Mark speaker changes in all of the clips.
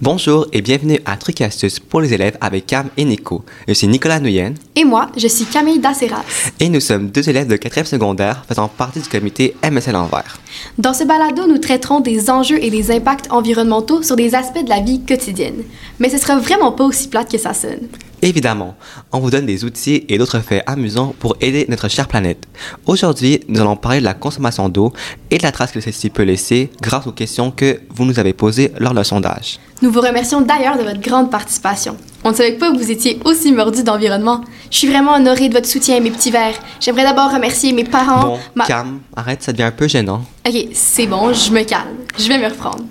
Speaker 1: Bonjour et bienvenue à Truc et Astuces pour les élèves avec Cam et Nico. Je suis Nicolas Nouyen
Speaker 2: Et moi, je suis Camille Dasseras.
Speaker 1: et nous sommes deux élèves de 4e secondaire faisant partie du comité MSL Envers.
Speaker 2: Dans ce balado, nous traiterons des enjeux et des impacts environnementaux sur des aspects de la vie quotidienne. Mais ce sera vraiment pas aussi plate que ça sonne.
Speaker 1: Évidemment, on vous donne des outils et d'autres faits amusants pour aider notre chère planète. Aujourd'hui, nous allons parler de la consommation d'eau et de la trace que celle-ci peut laisser grâce aux questions que vous nous avez posées lors de sondage.
Speaker 2: Nous vous remercions d'ailleurs de votre grande participation. On ne savait pas que vous étiez aussi mordu d'environnement. Je suis vraiment honorée de votre soutien, mes petits verts. J'aimerais d'abord remercier mes parents,
Speaker 1: Bon,
Speaker 2: Oh, ma-
Speaker 1: Cam, arrête, ça devient un peu gênant.
Speaker 2: Ok, c'est bon, je me calme. Je vais me reprendre.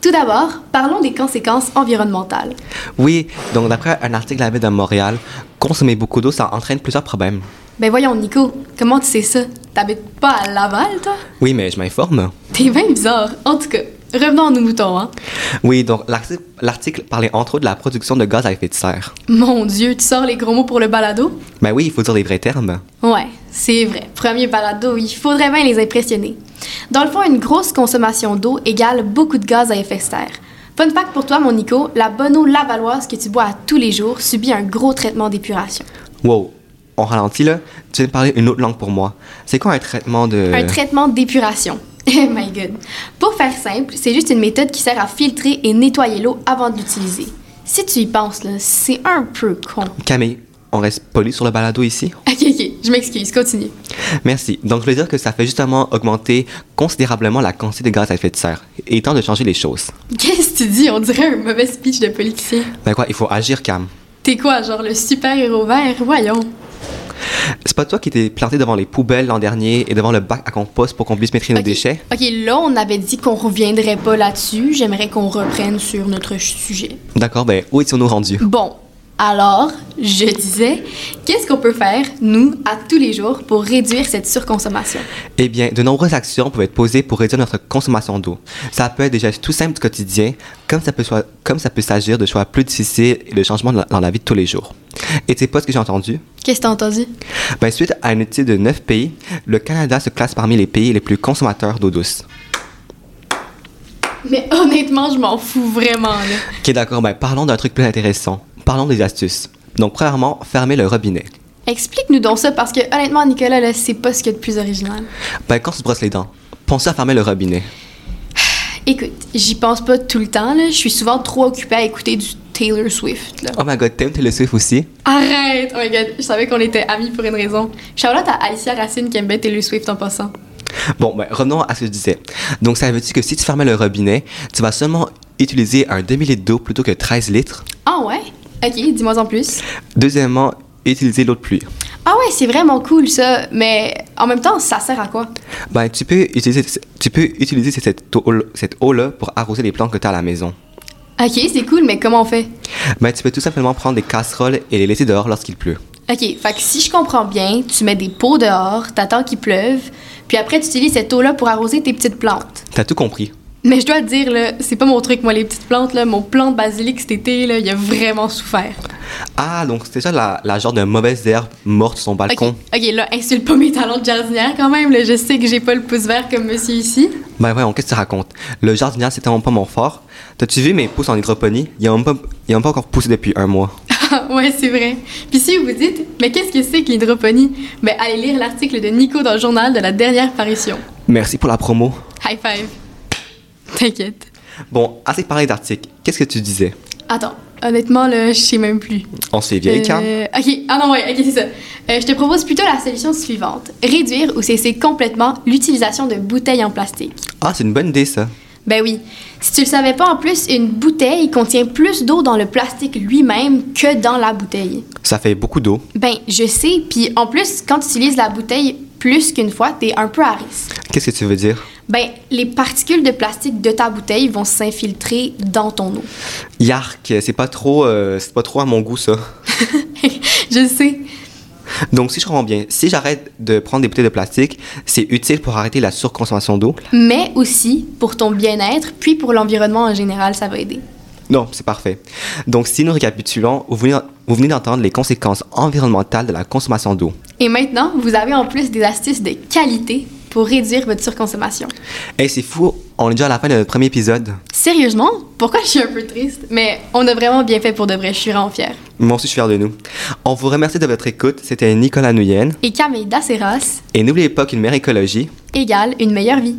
Speaker 2: Tout d'abord, parlons des conséquences environnementales.
Speaker 1: Oui, donc d'après un article de la ville de Montréal, consommer beaucoup d'eau, ça entraîne plusieurs problèmes.
Speaker 2: Ben voyons, Nico, comment tu sais ça? T'habites pas à Laval, toi?
Speaker 1: Oui, mais je m'informe.
Speaker 2: T'es bien bizarre. En tout cas, revenons à nos moutons, hein.
Speaker 1: Oui, donc l'article- l'article parlait entre autres de la production de gaz à effet de serre.
Speaker 2: Mon Dieu, tu sors les gros mots pour le balado?
Speaker 1: Ben oui, il faut dire les vrais termes.
Speaker 2: Ouais, c'est vrai. Premier balado, il faudrait bien les impressionner. Dans le fond, une grosse consommation d'eau égale beaucoup de gaz à effet de serre. Fun fact pour toi, mon Nico, la bonne eau lavalloise que tu bois à tous les jours subit un gros traitement d'épuration.
Speaker 1: Wow, on ralentit là. Tu viens de parler une autre langue pour moi. C'est quoi un traitement de...
Speaker 2: Un traitement d'épuration. Eh my god. Pour faire simple, c'est juste une méthode qui sert à filtrer et nettoyer l'eau avant de l'utiliser. Si tu y penses, là, c'est un peu con.
Speaker 1: Camille, on reste poli sur le balado ici.
Speaker 2: Ok, ok, je m'excuse, continue.
Speaker 1: Merci. Donc je voulais dire que ça fait justement augmenter considérablement la quantité de gaz à effet de serre. Et temps de changer les choses.
Speaker 2: Qu'est-ce que tu dis? On dirait un mauvais speech de policier.
Speaker 1: Ben quoi, il faut agir, Cam.
Speaker 2: T'es quoi, genre le super-héros vert? Voyons.
Speaker 1: C'est pas toi qui t'es planté devant les poubelles l'an dernier et devant le bac à compost pour qu'on puisse maîtriser nos
Speaker 2: Ok.
Speaker 1: déchets?
Speaker 2: Ok, là, on avait dit qu'on reviendrait pas là-dessus. J'aimerais qu'on reprenne sur notre ch- sujet.
Speaker 1: D'accord, ben où étions-nous rendus?
Speaker 2: Bon, alors, je disais, qu'est-ce qu'on peut faire, nous, à tous les jours, pour réduire cette surconsommation?
Speaker 1: Eh bien, de nombreuses actions peuvent être posées pour réduire notre consommation d'eau. Ça peut être des gestes tout simples du quotidien, comme ça peut, soi- comme ça peut s'agir de choix plus difficiles et de changements dans la- dans la vie de tous les jours. Et c'est pas ce que j'ai entendu?
Speaker 2: Qu'est-ce que t'as entendu?
Speaker 1: Ben, suite à une étude de 9 pays, le Canada se classe parmi les pays les plus consommateurs d'eau douce.
Speaker 2: Mais honnêtement, je m'en fous vraiment, là.
Speaker 1: Ok, d'accord, ben parlons d'un truc plus intéressant. Parlons des astuces. Donc, premièrement, fermer le robinet.
Speaker 2: Explique-nous donc ça, parce que honnêtement, Nicolas, là, c'est pas ce qu'il y a de plus original.
Speaker 1: Ben, quand on se brosse les dents, pensez à fermer le robinet.
Speaker 2: Écoute, j'y pense pas tout le temps, là. Je suis souvent trop occupée à écouter du Taylor Swift, là.
Speaker 1: Oh my god, t'aimes Taylor Swift aussi?
Speaker 2: Arrête! Oh my god, je savais qu'on était amis pour une raison. Charlotte à Alicia Racine qui aime bien Taylor Swift en passant.
Speaker 1: Bon, ben, revenons à ce que je disais. Donc, ça veut dire que si tu fermais le robinet, tu vas seulement utiliser un demi-litre d'eau plutôt que 13 litres.
Speaker 2: Ah ouais? Ok, dis-moi en plus.
Speaker 1: Deuxièmement, utiliser l'eau de pluie.
Speaker 2: Ah ouais, c'est vraiment cool ça, mais en même temps, ça sert à quoi?
Speaker 1: Ben, tu peux utiliser, tu peux utiliser cette, eau- cette eau-là pour arroser les plantes que tu as à la maison.
Speaker 2: Ok, c'est cool, mais comment on fait?
Speaker 1: Ben, tu peux tout simplement prendre des casseroles et les laisser dehors lorsqu'il pleut.
Speaker 2: Ok, fait que si je comprends bien, tu mets des pots dehors, t'attends qu'il pleuve, puis après tu utilises cette eau-là pour arroser tes petites plantes.
Speaker 1: T'as tout compris.
Speaker 2: Mais je dois te dire, là, c'est pas mon truc, moi, les petites plantes, là, mon plant de basilic cet été, là, il a vraiment souffert.
Speaker 1: Ah, donc c'est ça la, la genre de mauvaise herbe morte sur son
Speaker 2: Ok,
Speaker 1: balcon.
Speaker 2: ok, là, insulte pas mes talents de jardinière quand même, là, je sais que j'ai pas le pouce vert comme monsieur ici.
Speaker 1: Ben voyons, qu'est-ce que tu racontes? Le jardinier, c'est tellement pas mon fort. T'as-tu vu mes pousses en hydroponie? Ils ont même pas, ils ont pas encore poussé depuis un mois.
Speaker 2: Ah, ouais, c'est vrai. Puis si vous vous dites, mais qu'est-ce que c'est que l'hydroponie? Ben, allez lire l'article de Nico dans le journal de la dernière parution.
Speaker 1: Merci pour la promo.
Speaker 2: High five. T'inquiète.
Speaker 1: Bon, assez parlé d'articles. Qu'est-ce que tu disais?
Speaker 2: Attends, honnêtement, là, je sais même plus.
Speaker 1: On se fait vieille, Cam?
Speaker 2: Euh, ok, ah non, ouais, ok, c'est ça. Euh, je te propose plutôt la solution suivante. Réduire ou cesser complètement l'utilisation de bouteilles en plastique.
Speaker 1: Ah, c'est une bonne idée, ça.
Speaker 2: Ben oui. Si tu le savais pas, en plus, une bouteille contient plus d'eau dans le plastique lui-même que dans la bouteille.
Speaker 1: Ça fait beaucoup d'eau.
Speaker 2: Ben, je sais. Puis en plus, quand tu utilises la bouteille plus qu'une fois, t'es un peu à risque.
Speaker 1: Qu'est-ce que tu veux dire?
Speaker 2: Ben, les particules de plastique de ta bouteille vont s'infiltrer dans ton eau.
Speaker 1: Yark, c'est pas trop, euh, c'est pas trop à mon goût, ça.
Speaker 2: je sais.
Speaker 1: Donc, si je comprends bien, si j'arrête de prendre des bouteilles de plastique, c'est utile pour arrêter la surconsommation d'eau.
Speaker 2: Mais aussi pour ton bien-être, puis pour l'environnement en général, ça va aider.
Speaker 1: Non, c'est parfait. Donc, si nous récapitulons, vous venez, vous venez d'entendre les conséquences environnementales de la consommation d'eau.
Speaker 2: Et maintenant, vous avez en plus des astuces de qualité pour réduire votre surconsommation.
Speaker 1: Et c'est fou, on est déjà à la fin de notre premier épisode.
Speaker 2: Sérieusement, pourquoi je suis un peu triste? Mais on a vraiment bien fait pour de vrai, je suis vraiment fière.
Speaker 1: Moi aussi, je suis fier de nous. On vous remercie de votre écoute. C'était Nicolas Nguyen.
Speaker 2: Et Camille Daceras
Speaker 1: Et n'oubliez pas qu'une meilleure écologie,
Speaker 2: égale une meilleure vie.